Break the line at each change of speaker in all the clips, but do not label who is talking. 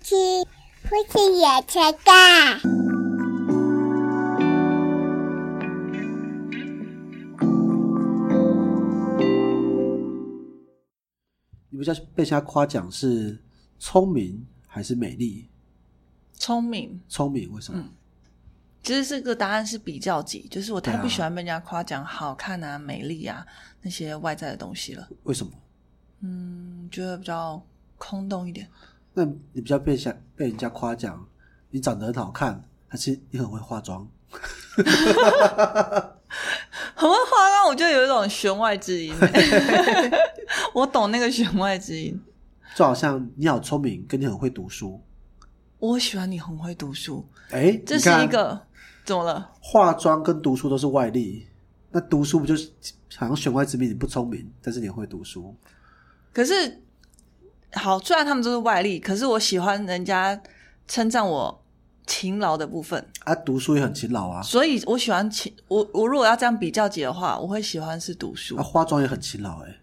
去，父亲也车盖。
你比较被人家夸奖是聪明还是美丽？
聪明，
聪明为什
嗯
么？
其实这个答案是比较级，就是我太
对啊
不喜欢被人家夸奖好看啊、美丽啊那些外在的东西了，
为什么？
嗯，觉得比较空洞一点。
那你比较被想被人家夸奖，你长得很好看，还是你很会化妆？
很会化妆，我就有一种弦外 之音。我懂那个弦外之音。
就好像你好聪明，跟你很会读书。
我喜欢你很会读书，
哎、
这
你
是
看
一个怎么了？
化妆跟读书都是外力，那读书不就是好像弦外之音？你不聪明，但是你很会读书。
可是好，虽然他们都是外力，可是我喜欢人家称赞我勤劳的部分，
啊，读书也很勤劳啊，
所以我喜欢勤。我我如果要这样比较级的话，我会喜欢是读书
啊，。化妆也很勤劳哎、有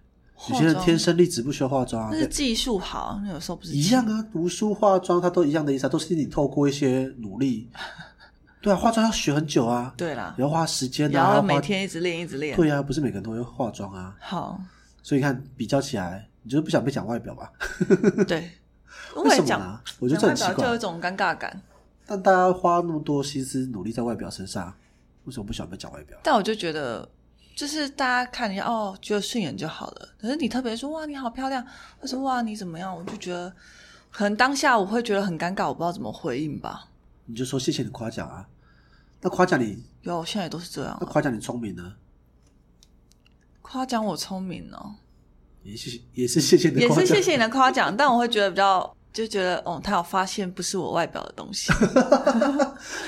化
些人
妆
天生丽质不需要化妆啊
那，是技术好，那有时候不是
一
勤
样啊，读书化妆它都一样的意思啊，都是你透过一些努力。 对啊，化妆要学很久啊，
对啦，
也要花时间啊，
然
还
后
要
每
花
天一直练，一直练。
对啊，不是每个人都会化妆啊，
好，
所以你看比较起来，你就是不想被讲外表吧？
对，我
为
也
什么
讲
呢？我觉得这很奇
讲外表就有一
怪。
种尴尬感。
但大家花那么多心思努力在外表身上，为什么不喜欢被讲外表？
但我就觉得，就是大家看一下哦，觉得顺眼就好了。可是你特别说哇，你好漂亮，或者哇你怎么样，我就觉得，可能当下我会觉得很尴尬，我不知道怎么回应吧。
你就说谢谢你夸奖啊。那夸奖你，
有，我现在也都是这样
那
啊，
夸奖你聪明呢，
夸奖我聪明哦，
也是也是谢谢你的
也
夸奖。
是谢谢你的夸奖，但我会觉得比较。就觉得，哦，他有发现不是我外表的 东西，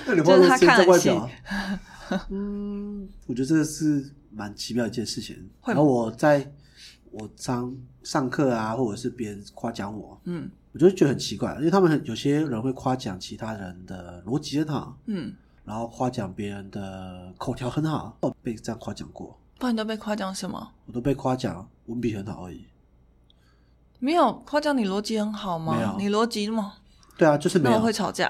那你不
就
要
是
说
他
现在
看
外
得起
表啊、 嗯，我觉得这个是蛮奇妙的一件事情。
会
然
吗
后我在我上上课啊，或者是别人夸奖我，
嗯
我就觉得很奇怪，因为他们很有些人会夸奖其他人的逻辑很好，
嗯，
然后夸奖别人的口条很好，我被这样夸奖过，
不然你都被夸奖什么？
我都被夸奖文笔很好而已。
没有夸奖你逻辑很好吗？
没有
你逻辑那么，
对啊，就是没
那我
有
会，吵架。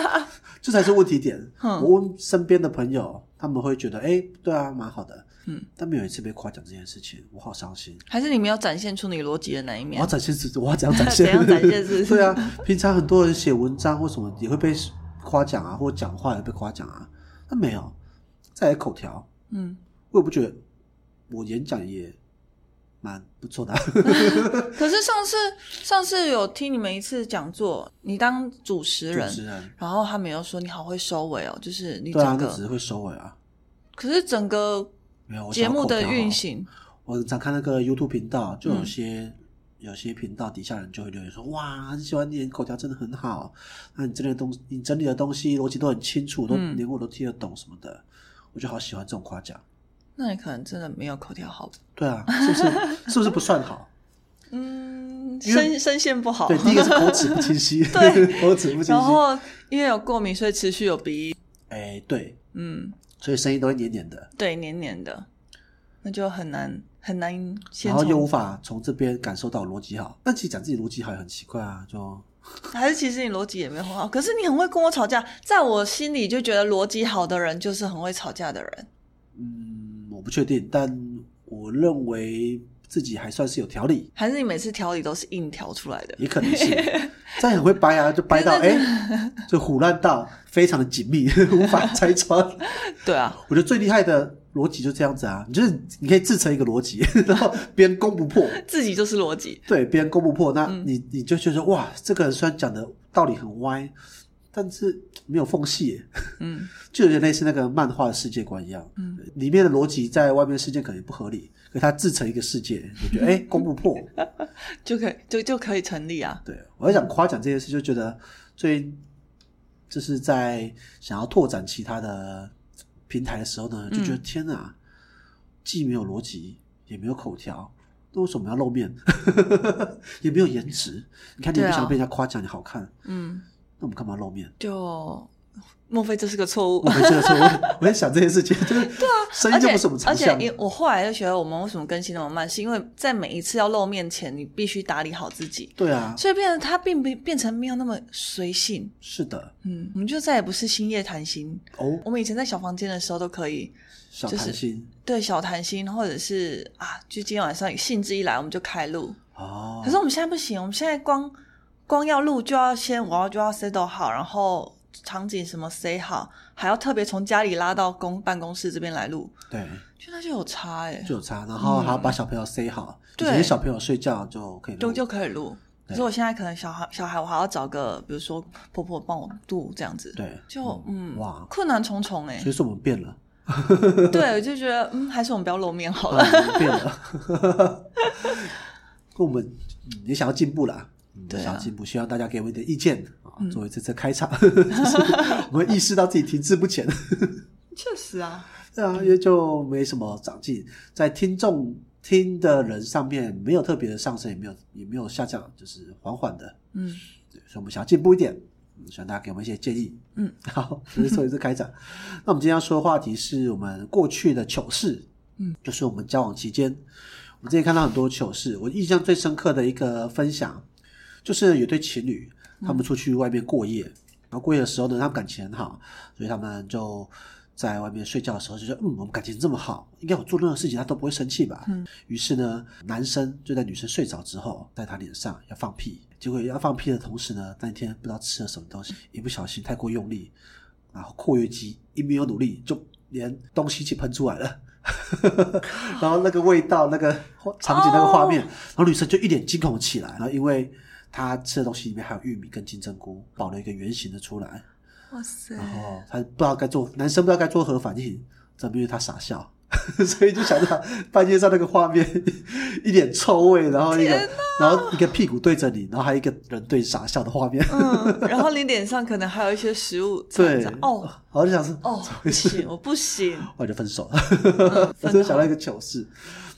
这才是问题点。
哼
我问身边的朋友，他们会觉得，哎、对啊，蛮好的。
嗯，
但没有一次被夸奖这件事情，我好伤心。
还是你没有展现出你逻辑的那一
我
面
要？展现自己，我要怎样展现？
怎样展现是不是
对啊，平常很多人写文章或什么也会被夸奖啊，或讲话也被夸奖啊。那没有，再来口条，
嗯，
我也不觉得我演讲也蛮不错的啊、
可是上次上次有听你们一次讲座，你当主持人，
主持人，
然后他们又说你好会收尾哦，就是你
对啊
整，
那
个，
只是会收尾啊。
可是整个
没有我想
节
要
目的
口条啊
运行，
我很常看那个 YouTube 频道，就有
嗯
些、有些频道底下人就会留言说：“哇，很喜欢你的口条，真的很好。那你整理的东，你整理的东西逻辑都很清楚，都、
嗯
连我都听得懂什么的。”我就好喜欢这种夸奖。
那你可能真的没有口条好，
对啊，是不是 是不是不算好？
嗯，
因为
声声线不好
对，，第一个是口齿不清晰，
对
口齿不清
然
晰。
后因为有过敏，所以持续有鼻音，
哎，对，
嗯，
所以声音都会黏黏的，
对，黏黏的，那就很难很难先
然后又无
从，
法从这边感受到逻辑好。但其实讲自己逻辑好也很奇怪啊，就
还是其实你逻辑也没有很好，可是你很会跟我吵架，在我心里就觉得逻辑好的人就是很会吵架的人。
嗯，我不确定，但我认为自己还算是有条理。
还是你每次调理都是硬调出来的？
也可能是， 这样很会掰啊，就掰到哎、
对
就胡乱到非常的紧密， 无法拆穿。
对啊，
我觉得最厉害的逻辑就这样子啊，你就是你可以制成一个逻辑， 然后别人攻不破，
自己就是逻辑。
对，别人攻不破，那你、你就觉得哇，这个人虽然讲的道理很歪，但是没有缝隙耶，
嗯，
就有点类似那个漫画的世界观一样，
嗯，
里面的逻辑在外面的世界可能不合理，可它制成一个世界，你觉得哎、攻不破。
就可以就就可以成立啊。
对，我在讲夸奖这件事，就觉得最就是在想要拓展其他的平台的时候
嗯
呢，就觉得、天哪，既没有逻辑，也没有口条，那为什么要露面？ 也没有颜值。你看，你也
对
不
啊
想被人家夸奖你好看，
嗯，
那我们干嘛露面？
就莫非这是个错误
我？没记得错，我我在想这件事 情，就是对啊，声音
而
就
且
不是我们
而
长
且
项，
因，我后来就觉得我们为什么更新那么慢，是因为在每一次要露面前，你必须打理好自己，
对啊，
所以变成它并不变成没有那么随性。
是的，
嗯，我们就再也不是星夜谈心。
哦，
我们以前在小房间的时候都可以
小
就是
谈心
对小谈心，或者是啊，就今天晚上兴致一来我们就开录。
哦，
可是我们现在不行，我们现在光光要录就要先我要就要 settle 好，然后场景什么 say 好，还要特别从家里拉到公办公室这边来录，
对
就那就有差哎、
就有差，然后还要把小朋友塞好，有
对
些小朋友睡觉就可以
就
录，
就可以录。可是我现在可能小孩小孩我还要找个，比如说婆婆帮我录这样子，
对，
就嗯
哇
困难重重哎、
所以说我们变了，
对，我就觉得嗯，还是我们不要露面好
啊
了。
我们变了， 跟我们嗯也想要进步啦。嗯
对啊嗯
想要进步，希望大家给我们一点意见啊，作为这次开场， 就是我们意识到自己停滞不前，
确实啊，
对啊，因为就没什么长进，在听众听的人上面没有特别的上升，也没有也没有下降，就是缓缓的。
嗯，
对，所以我们想要进步一点，嗯，希望大家给我们一些建议。
嗯，
好，这是做一次开展。那我们今天要说的话题是我们过去的糗事，
嗯，
就是我们交往期间，我们之前看到很多糗事，我印象最深刻的一个分享，就是有对情侣，他
嗯
们出去外面过夜，然后过夜的时候呢，他们感情很好，所以他们就。在外面睡觉的时候就说：“嗯，我们感情这么好，应该我做任何事情他都不会生气吧？”
嗯
于是呢，男生就在女生睡着之后，在她脸上要放屁，结果要放屁的同时呢，那天不知道吃了什么东西，一不小心太过用力，然后括约肌一没有努力，就连东西一起喷出来了。 然后那个味道、那个场景、那个画面，然后女生就一脸惊恐起来。然后因为她吃的东西里面还有玉米跟金针菇，保了一个圆形的出来。
哇塞，
然后他不知道该做，男生不知道该做何反应，怎么因为他傻笑， 所以就想到半夜上那个画面，一脸臭味，然后一个，然后一个屁股对着你，然后还有一个人对你傻笑的画面，
嗯，然后你脸上可能还有一些食物残
对啊
渣，哦
我就想说，
哦，不行，我不行，
我就分手 了，我就想到一个糗事。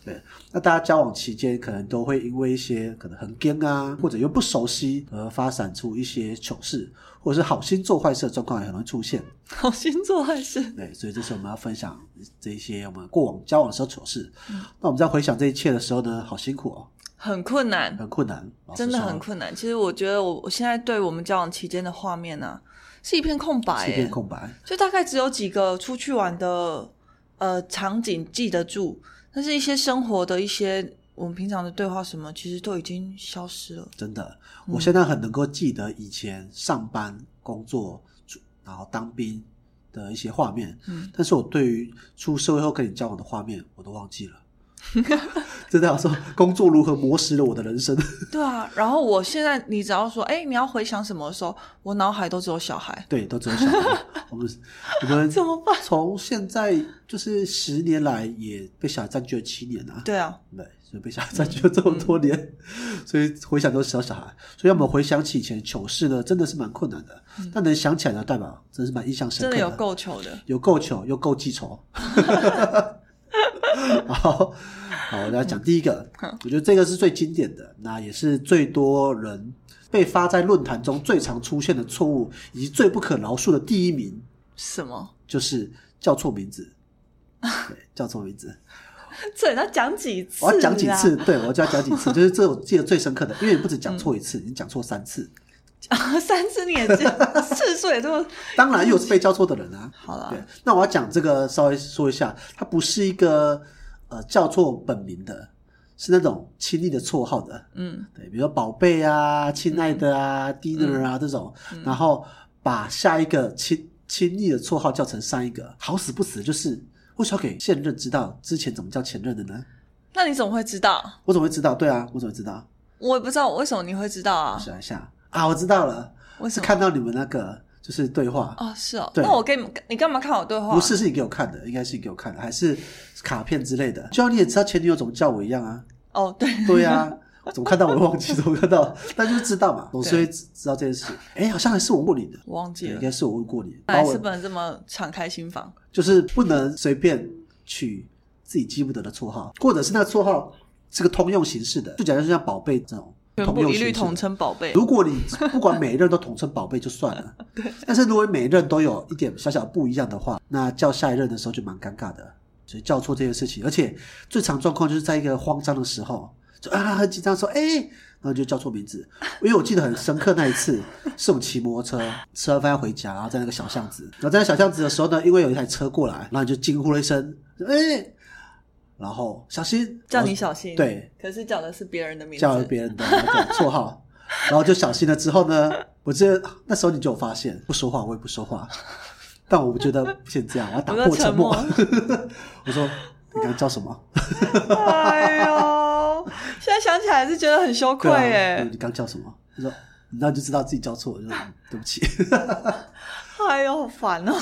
对，那大家交往期间可能都会因为一些可能很干啊，或者又不熟悉，而发展出一些糗事，或者是好心做坏事的状况也很容易出现。
好心做坏事，
对，所以这是我们要分享这一些我们过往交往的时候糗事。
嗯
那我们在回想这一切的时候呢，好辛苦哦，
很困难，
很困难，老实
嗯真的
说
很困难。其实我觉得我我现在对我们交往期间的画面呢、啊，是一片空白、欸
是一
耶，
片空白。
就大概只有几个出去玩的呃场景记得住，但是一些生活的一些我们平常的对话什么，其实都已经消失了。
真的，
嗯
我现在很能够记得以前上班、工作，然后当兵的一些画面，
嗯
但是我对于出社会后跟你交往的画面，我都忘记 了。真的要说工作如何磨蚀了我的人生，
对啊，然后我现在你只要说，哎、你要回想什么的时候，我脑海都只有小孩，
对，都只有小孩。我们我们
怎么办？
从现在就是十年来也被小孩占据了七年啊，
对啊，
对，所以被小孩占
嗯
据了这么多年，所以回想都是小小孩。所以让我们回想起以前糗事呢，真的是蛮困难的。但能想起来呢，代表真是蛮印象深
嗯真
刻
的有够糗的。
有够糗，又够记 仇。 好，好，我来讲第一个
好，
我觉得这个是最经典的，那也是最多人被发在论坛中最常出现的错误，以及最不可饶恕的第一名，
什么？
就是叫错名字。对，叫错名字。
这你要讲几次、啊？
我要讲几次，对我就要讲几次，就是这我记得最深刻的，因为你不止讲错一次，你讲错三次。
啊？ 三次你也记， 次数也这么
当然，又是被教错的人啊。
好了
对。，那我要讲这个，稍微说一下，他不是一个呃叫错本名的，是那种亲昵的绰号的，
嗯，
对，比如说宝贝啊、亲爱的啊、dinner 啊这种，然后把下一个亲亲昵的绰号叫成上一个，好死不死就是为什么要给现任知道之前怎么叫前任的呢？
那你怎么会知道？
我怎么会知道？对啊，我怎么会知道？
我也不知道为什么你会知道啊？
想一下啊，我知道了，
为
是
什么？
看到你们那个就是对话，
哦，是哦。
对
那我给你们，你干嘛看我对话？
不是是你给我看的，应该是你给我看的，还是卡片之类的？就像你也知道前女友怎么叫我一样 啊，
哦，对，
对啊，怎么看到我也忘 记，怎么看到，但就是知道嘛，总是会知知道这件事情。哎，好像还是我问过你的，
我忘记
对应
了。
该是我问过你，
本来
把
是
我
不能这么敞开心房，
就是不能随便取自己记不得的绰号，或者是那个绰号是个通用形式的，就假如就像宝贝这种，
全
同
部
幼
一律
形式
统称宝贝。
如果你不管每一任都统称宝贝就算 了，但是如果每一任都有一点小小不一样的话，那叫下一任的时候就蛮尴尬的。所以叫错这件事情，而且最常状况就是在一个慌张的时候，就啊很紧张说哎、然后就叫错名字。因为我记得很深刻那一次，是我们骑摩托车，吃完饭要回家，然后在那个小巷子，然后在那小巷子的时候呢，因为有一台车过来，然后你就惊呼了一声哎、然后小心
叫
然
你
后
小心，
哦对，
可是叫的是别人的名字，
叫了别人的那 个绰号，然后就小心了。之后呢，我记得那时候你就有发现，不说话我也不说话，但我觉得不行这样，我要打破沉默。
我
我说你刚刚叫什么？
哎呦，现在想起来是觉得很羞愧
对啊
哎、
你刚叫什么？他说，然后就知道自己叫错，我就说嗯对不起。
哎呦，好烦哦、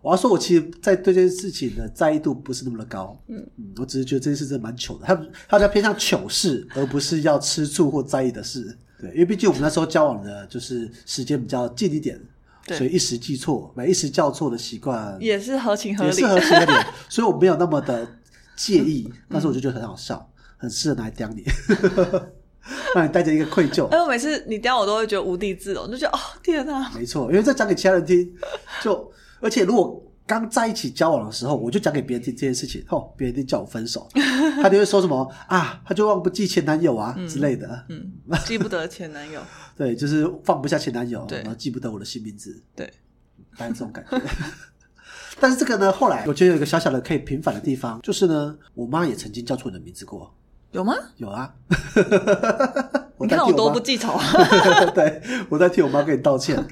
我要说，我其实，在对这件事情的在意度不是那么的高，
嗯
嗯，我只是觉得这件事真的蛮糗的，他他比较偏向糗事，而不是要吃醋或在意的事，对，因为毕竟我们那时候交往的就是时间比较近一点，
对
所以一时记错，每一时叫错的习惯
也是合情合
也
理
是。合情 合理，所以我没有那么的介意，但是我就觉得很好笑，很适合拿来刁你， 让你带着一个愧疚，
哎，我每次你刁我都会觉得无地自容，就觉得哦天哪、
没错，因为再讲给其他人听，就而且如果刚在一起交往的时候，我就讲给别人听这件事情，哦，别人一定叫我分 手，他就会说什么啊，他就忘不记前男友啊、之类的，
嗯，记不得前男友，
对，就是放不下前男友，
对
然后记不得我的新名字，
对，
大概这种感觉。 但是这个呢，后来我觉得有一个小小的可以平反的地方，就是呢，我妈也曾经叫错你的名字过，
有吗？
有啊。
你
代
看
替
我多
妈
不记仇啊！
对，我在替我妈跟你道歉。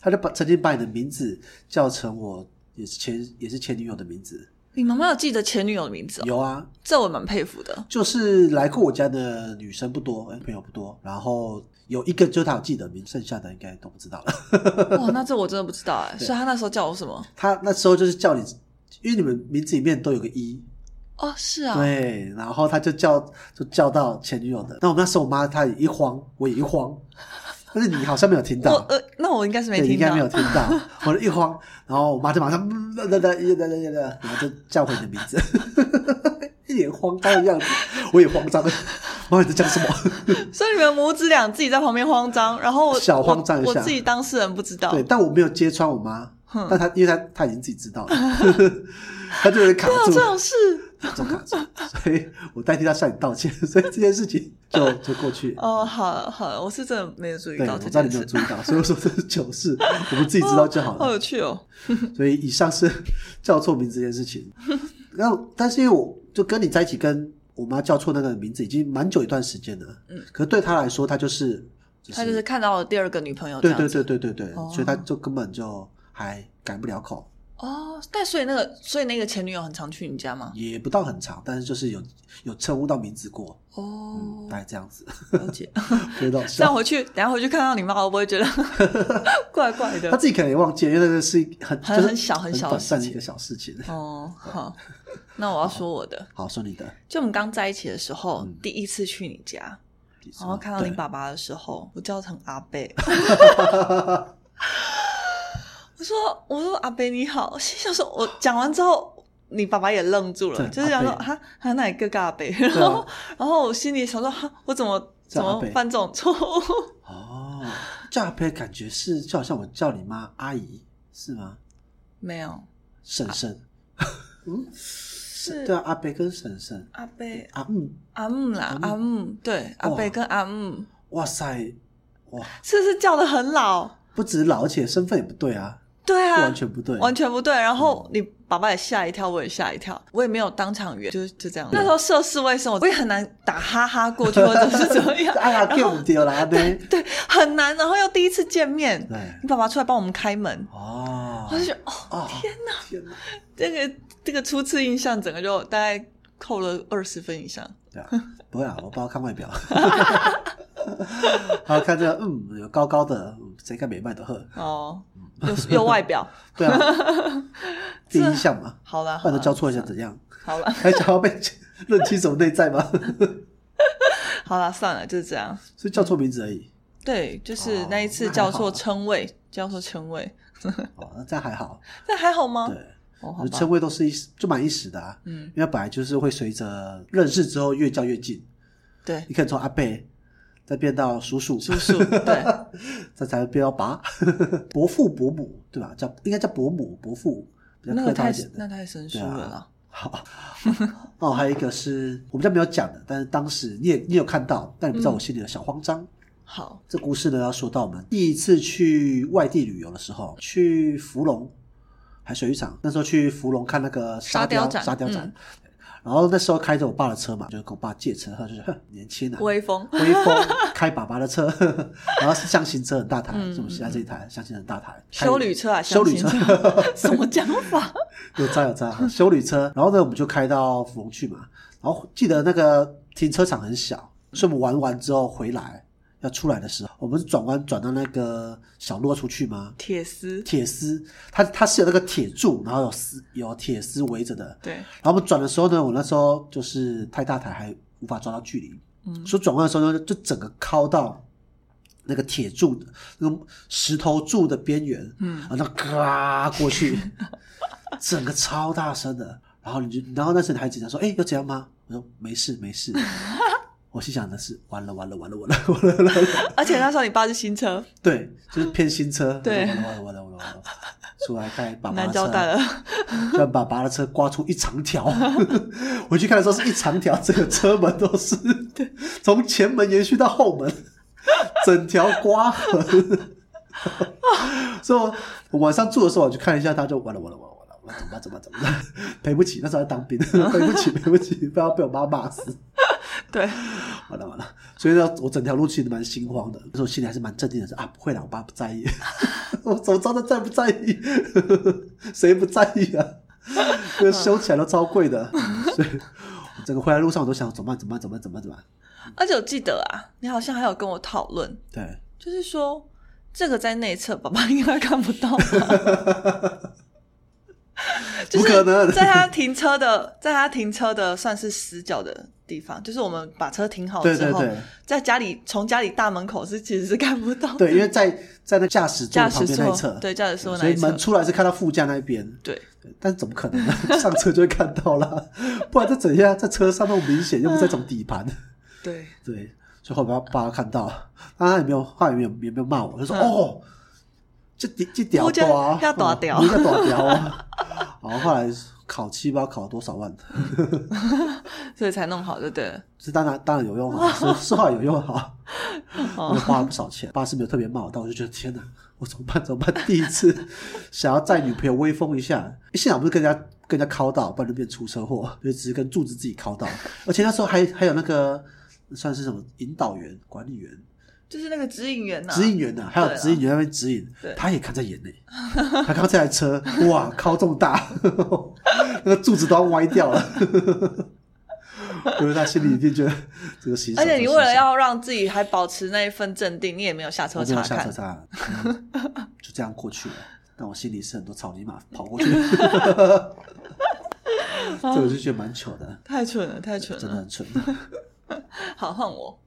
她就把曾经把你的名字叫成我也是前也是前女友的名字。
你妈妈有记得前女友的名字、哦，
有啊，
这我蛮佩服的。
就是来过我家的女生不多，哎朋友不多。然后有一个就是她有记得名，剩下的应该都不知道了。
哇，那这我真的不知道哎、
对
所以她那时候叫我什么？
她那时候就是叫你，因为你们名字里面都有个一、
哦，是啊，
对，然后她就叫就叫到前女友的。那我那时候我妈她也一慌，我也一慌，但是你好像没有听
我
到。
呃，那我应该是没
对，你
听
应该
到
没。有听到。我就一慌，然后我妈就马上哒哒哒哒哒哒，然后就叫回你的名字，一脸慌张的样子，我也慌张。妈，你在讲什么？
所以你们母子俩自己在旁边慌张，然后我
小慌张一
我，
下
我自己当事人不知道。
对，但我没有揭穿我妈，但她因为她她已经自己知道了，她就有点卡
哪有
住
啊这，种事？
这种卡住，所以我代替她向你道歉，所以这件事情就就过去。
哦，好了好了，我是真的没有注意
对，
到
我
这
知道
件
你没有
事，
注意到，所以我说这是糗事，我们自己知道就好了
好。有趣哦。
所以以上是 叫错名字这件事 情。然后，但是因为我就跟你在一起，跟我妈叫错那个名字已经蛮久一段时间了。
嗯，
可是对她来说，她就是，
他就是看到了第二个女朋友这
对
样子，
对对对对对，
哦
所以她就根本就还改不了口，
哦，但所以那个，所以那个前女友很常去你家吗？
也不到很长，但是就是有有称呼到名字过，嗯，
哦，
大概这样 子，
了解。
觉得好
这样
笑。
回去，等一下回去看到你妈，会不会觉得 怪怪
她
的？
自己可能也忘记了，因为那个是一很
很
就是
很小很小的
短暂的
事
一个小事情。
哦，好，那我要说我的，
好，说你的，
就我们刚在一起的时候，
嗯
第一次去你家，然后看到
哦对
你，爸爸的时候，我叫成阿贝， 我说我说阿贝你好， 我心想说我讲完之后。你爸爸也愣住了，
对
就是想说
阿贝
哈，还哪里个个阿贝， 然后然后我心里想说哈，我怎么
叫
怎
啊阿
么
贝
犯这种错误？
哦，叫阿伯感觉是就好像我叫你妈阿姨是吗？
没有，
婶婶，
啊是
对啊，阿伯跟婶婶
阿贝
啊，嗯，
阿木啦，阿木对，阿贝跟阿木
哇塞，哇，
是不是叫的很老？
不止老，而且身份也不对啊，
对啊，
完全不对，
完全不对。然后你爸爸也吓一跳，我也吓一跳，我也没有当场圆，就就这样。那时候涉世未深，我也很难打哈哈过去或者是怎么 样，
啊呀，给我们丢了阿伯，对，
对，很难。然后又第一次见面，你爸爸出来帮我们开门，
哦，
我就觉得哦，
哦，天哪，天哪，
这个这个初次印象，整个就大概扣了二十分以上。
对啊，不会啊，我不要看外表， 好看这个，嗯，有高高的，嗯谁看美卖的呵，
哦，
嗯
又又外表，
对 啊，第一印象嘛，
好 啦，好
换
啦
都交错一下怎样？
好啦，
还想要被认清什么内在吗？
好啦，算了，就是这样。
所以叫错名字而 已。
对，就是
哦
那一次
那还
叫
好
错
啊
称谓，叫错称谓，
哦，那这样还好。
那还好吗？
对，
哦，好
就
吧
称，谓都是一时就蛮一时的啊，
嗯，
因为本来就是会随着认识之后越叫越近。
对，
你可能从阿贝再变到叔叔，
叔叔，对，
再才变到爸， 伯父伯母，对吧？叫应该叫伯母伯父，比较
那
客
个
套
太
一点的
那。太生疏
对啊
了啦。
好，哦，还有一个是我们家没有讲的，但是当时你也你有看到，但你
嗯
不知道我心里的小慌张。
好，
这故事呢，要说到我们第一次去外地旅游的时候，去芙蓉海水浴场，那时候去芙蓉看那个沙
沙雕
雕
展
沙雕展。
嗯
然后那时候开着我爸的车嘛，就跟我爸借车，他就是哼年轻啊，
威风，
威风，开爸爸的 车，然后是象形车很大台，
嗯
是我们现在这一台象形很大台，
修旅车啊，
修旅车
相亲，什么讲法？
有渣有渣， 修旅车。然后呢，我们就开到芙蓉去嘛。然后记得那个停车场很小，所以我们玩完之后回来要出来的时候，我们转弯转到那个小路要出去吗？
铁丝，
铁丝，它它是有那个铁柱，然后有丝有铁丝围着的。
对，
然后我们转的时候呢，我那时候就是太大台还无法抓到距离，
嗯，
所以转弯的时候呢，就整个靠到那个铁柱的那个石头柱的边缘，
嗯
然后就嘎过 去，整个超大声的。然后你就，然后那时候你还紧张说：“哎、有怎样吗？”我说：“没事，没 事。”我心想的是：“完了，完了，完了，完了，完了，完了。
而且那时候你爸是新车，”
对，就是骗新车。
对
完了，完了，完了，完了，完了。出来开爸
很
爸
难
的
交
车，啊
代了。
让爸爸的车刮出一长条。 回去看的时候是一长条，整个车门都是，从前门延续到后门，整条刮痕。 所以我我晚上住的时候，我去看一下，他就完了完了完了完了，完了怎么办怎么办怎么办？ 赔不起，那时候还当兵，赔不起赔不起，不要被我妈骂死。
对，
完了完了，所以呢，我整条路其实蛮心慌的，那时候心里还是蛮镇定的，是啊，不会啦，我爸不在意， 我怎么知道他在不在意？ 谁不在意啊？这个修起来都超贵 的，所以整个回来路上我都想怎么办？怎么办？怎么办？怎么办？怎么办？
而且我记得啊，你好像还有跟我讨论，
对，
就是说这个在内侧，爸爸应该看不到吧？ 就
不可能
是在他停车的，在他停车的算是死角的地方，就是我们把车停哦好之
对
后，
对对
在家里从家里大门口是其实是看不到的
对，因为在在那驾驶座
驾
旁
驶
边那一
座
侧，，
对驾驶座
所
那一
以门
侧，
出来是看到副驾那一边，
对，
对但是怎么可能呢？ 上车就会看到啦，不然这怎样？在车上那么明显，又不是在走底盘。
对，
对，所以后来把他看到，但他也没有，他也没有也没有骂我，就说、
嗯
哦，这这这屌
我觉得
屌啊，
要大条
嗯你要大屌 啊。然后后来考七包考多少万，
所以才弄好，对不对了？
这当然当然有用啊，说说话有用啊，我就
哦，
花了不少钱。爸是没有特别骂我，但我就觉得天哪，我怎么办怎么办？第一次 想要载女朋友威风一下，现场不是跟人家跟人家敲到，不然就变出车祸，就只是跟柱子自己敲到，而且那时候还还有那个算是什么引导员管理员。
就是那个指引员呐、
指引员呐、还有
对啊
指引员在那边指引
对，
他也看在眼里，他看到这台车，哇，靠这么大，那个柱子都要歪掉了，因为他心里一定觉得这个形象。
而且你为了要让自己还保持那一份镇定，你也没有下车
我没
查
有下
看
车，站，嗯就这样过去了。但我心里是很多草泥马跑 过去，这我就觉得蛮糗的，
太蠢了，太蠢
真的
了。
很蠢。
好，换我。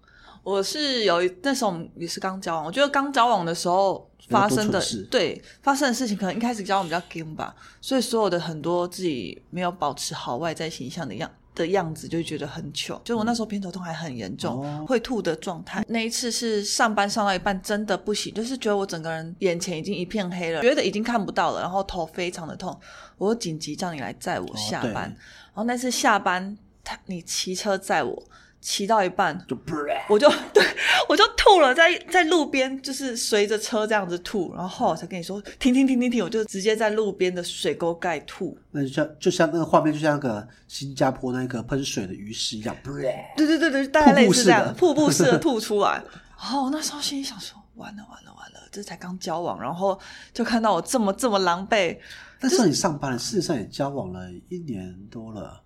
我是有一那时候我们也是刚交往，我觉得刚交往的时候发生
有很多
的
蠢事
对发生的事情，可能一开始交往比较 game 吧，所以所有的很多自己没有保持好外在形象的样的样子，就觉得很糗。就我那时候偏头痛还很严重，
哦
会吐的状态。那一次是上班上到一半真的不行，就是觉得我整个人眼前已经一片黑了，觉得已经看不到了，然后头非常的痛，我紧急叫你来载我下班。
哦
然后那次下班，他你骑车载我，骑到一半
就
我就 对我就吐了，在在路边就是随着车这样子吐，然后后来我才跟你说停停停停停，我就直接在路边的水沟盖吐。
那就像就像那个画面，就像那个新加坡那个喷水的鱼池 一样，
对对对对，大概类似这样，
瀑
瀑布式的吐出来。然后我那时候心里想说，完了完了完了，这才刚交往，然后就看到我这么这么狼狈，
但是你上班了，事实上也交往了一年多了。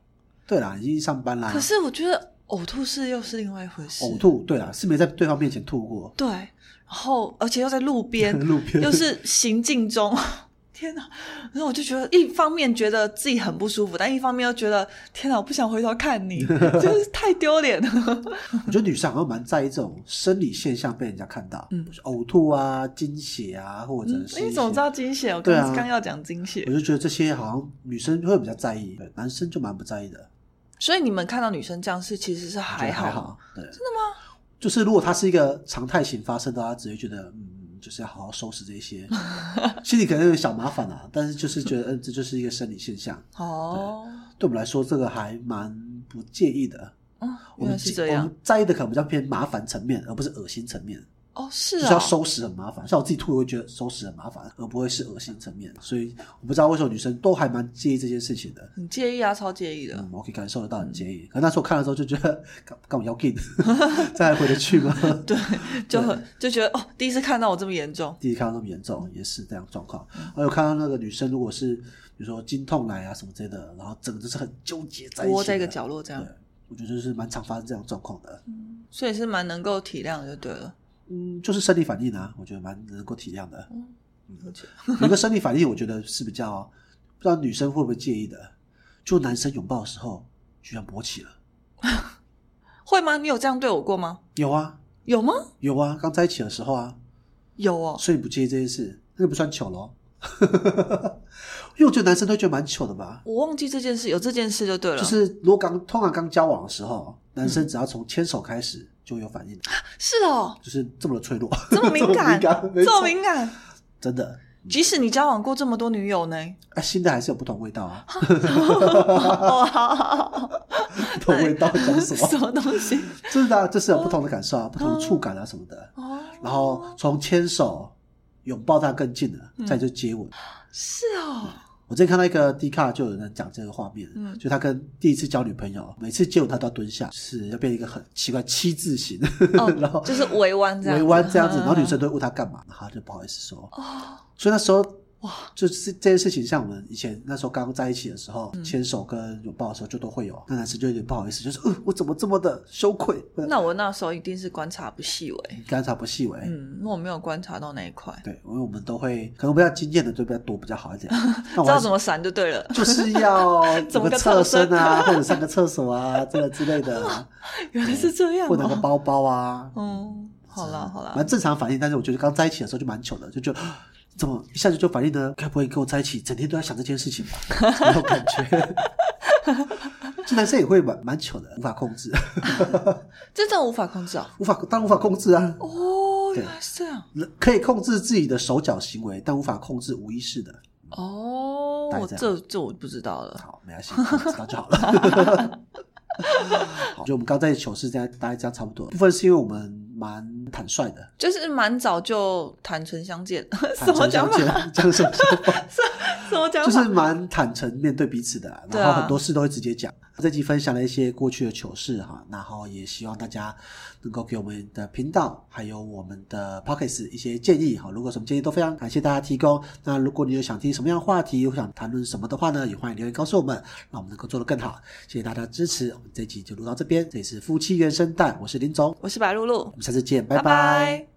对啦，已经上班啦。
可是我觉得呕吐是又是另外一回事。
啊呕吐，对啦，是没在对方面前吐过。
对，然后而且又在 路边，
路边
又是行进中。 天哪！然后我就觉得，一方面觉得自己很不舒服，但一方面又觉得，天哪，我不想回头看 你，就是太丢脸了。
我觉得女生好像蛮在意这种生理现象被人家看到，
嗯，
呕吐啊、经血啊，或者是、
你怎么知道？惊血？我
对
刚、
啊
刚要讲惊血
我，就觉得这些好像女生会比较在意，对男生就蛮不在意的。
所以你们看到女生这样是其实是还
我觉得
好，
还好，对，真的吗？就是如果它是一个常态型发生的话，他只会觉得嗯，就是要好好收拾这 些，心里可能有点小麻烦啊，但是就是觉得嗯，这就是一个生理现象。
哦，
对我们来说，这个还蛮不介意的。
嗯，
我
原
们
来是这
介我
样
们在意的可能比较偏麻烦层面，而不是恶心层面。
哦，是
就是
啊
要，收拾很麻烦。像我自己吐，我会觉得收拾很麻烦，而不会是恶心层面。所以我不知道为什么女生都还蛮介意这件事情的。
很介意啊，超介意的
嗯，。我可以感受得到很介
嗯
意。可那时候看的时候就觉得，干干嘛要 gay？再回得去吗？
对，就很就觉得哦，第一次看到我这么严重，
第一看到那么严重，也是这样的状况。还有看到那个女生，如果是比如说经痛来啊什么之类的，然后整个就是很纠结在一起的，
窝在一个角落这样
对，，我觉得就是蛮常发生这样的状况的。
所以是蛮能够体谅的，就对了。
嗯，就是生理反应啊，我觉得蛮能够体谅的。
嗯
嗯，有一个生理反应，我觉得是比较不知道女生会不会介意的，就男生拥抱的时候居然勃起了，
会吗？你有这样对我过吗？
有啊
有吗？
有啊，刚在一起的时候啊，
有哦，
所以不介意这件事，那就不算糗喽。 因为我觉得男生都觉得蛮糗的吧，
我忘记这件事，有这件事就对啊嗯了。
就是如果刚通常刚交往的时候，男生只要从牵手开始就有反应，
是哦，
就是这么的脆弱，
这么敏 感，
没
这
错
么敏
嗯
感。
真的。
即使你交往过这么多 女友呢，
啊，新的还是有不同味道 啊，
哦，好好好
不同味道讲什么？
什么东西？
真的啊，这是有不同的感受啊，不同的触感啊什么的。
哦，
然后从牵手、拥抱到更近了，
嗯
再就接吻。
是 哦，
我之前看到一个 D 卡，就有人讲这个画面，
嗯
就他跟第一次交女朋友，每次接吻他都要蹲下，是要变一个很奇怪七字形， 然后
哦，就是围弯这样，嗯
围弯这样子，然后女生都会问他干嘛，然后他就不好意思说。
哦，
所以那时候
哇，
就是这件事情，像我们以前那时候刚在一起的时候，
嗯
牵手跟拥抱的时候就都会有，啊那男生就有点不好意思，就是呃我怎么这么的羞愧，
那我那时候一定是观察不细微，
观察不细微，
嗯，我没有观察到那一块，
对，因为我们都会可能比较经验的就比较多，比较好 一点。那
知
我还
道
是
怎么闪就对 了。
就是要
怎
怎
么
么
个
侧
侧身
身 啊，或者上个厕所啊，这个之类的啊，
原来是这样、
或者拿个
哦，
包包啊，
嗯， 好啦好
蛮
啦，
正常反应。但是我觉得刚在一起的时候就蛮糗的，就觉得啊怎么一下子就反应呢？该不会跟我在一起整天都在想这件事情吧？没有感觉。 这男生也会蛮蛮糗的，无法控制，
真正无法控制哦。
无法当然无法控制啊。
哦，
对
原来是这样。
人可以控制自己的手脚行为，但无法控制无意识的。
哦，
大概
我
这样
这这我不知道了。
好，没关系，知道就好了。 好，就我们刚在糗事这样，大概这样差不多。部分是因为我们蛮坦率的，
就是蛮早就坦诚相见， 什
坦
么
诚
讲
相
法？
见，这样是不是？
什么讲
就
法？
是蛮坦诚面对彼此的，
对啊
然后很多事都会直接讲。这集分享了一些过去的糗事哈，然后也希望大家能够给我们的频道还有我们的 p o c k e t 一些建议哈。如果有什么建议都非常感谢大家提供。那如果你有想听什么样的话题，或想谈论什么的话呢，也欢迎留言告诉我们，让我们能够做得更好。谢谢大家的支持，我们这集就录到这边。这里是夫妻原声带，我是林总，
我是白露露
我，们下次见，
拜
拜拜
拜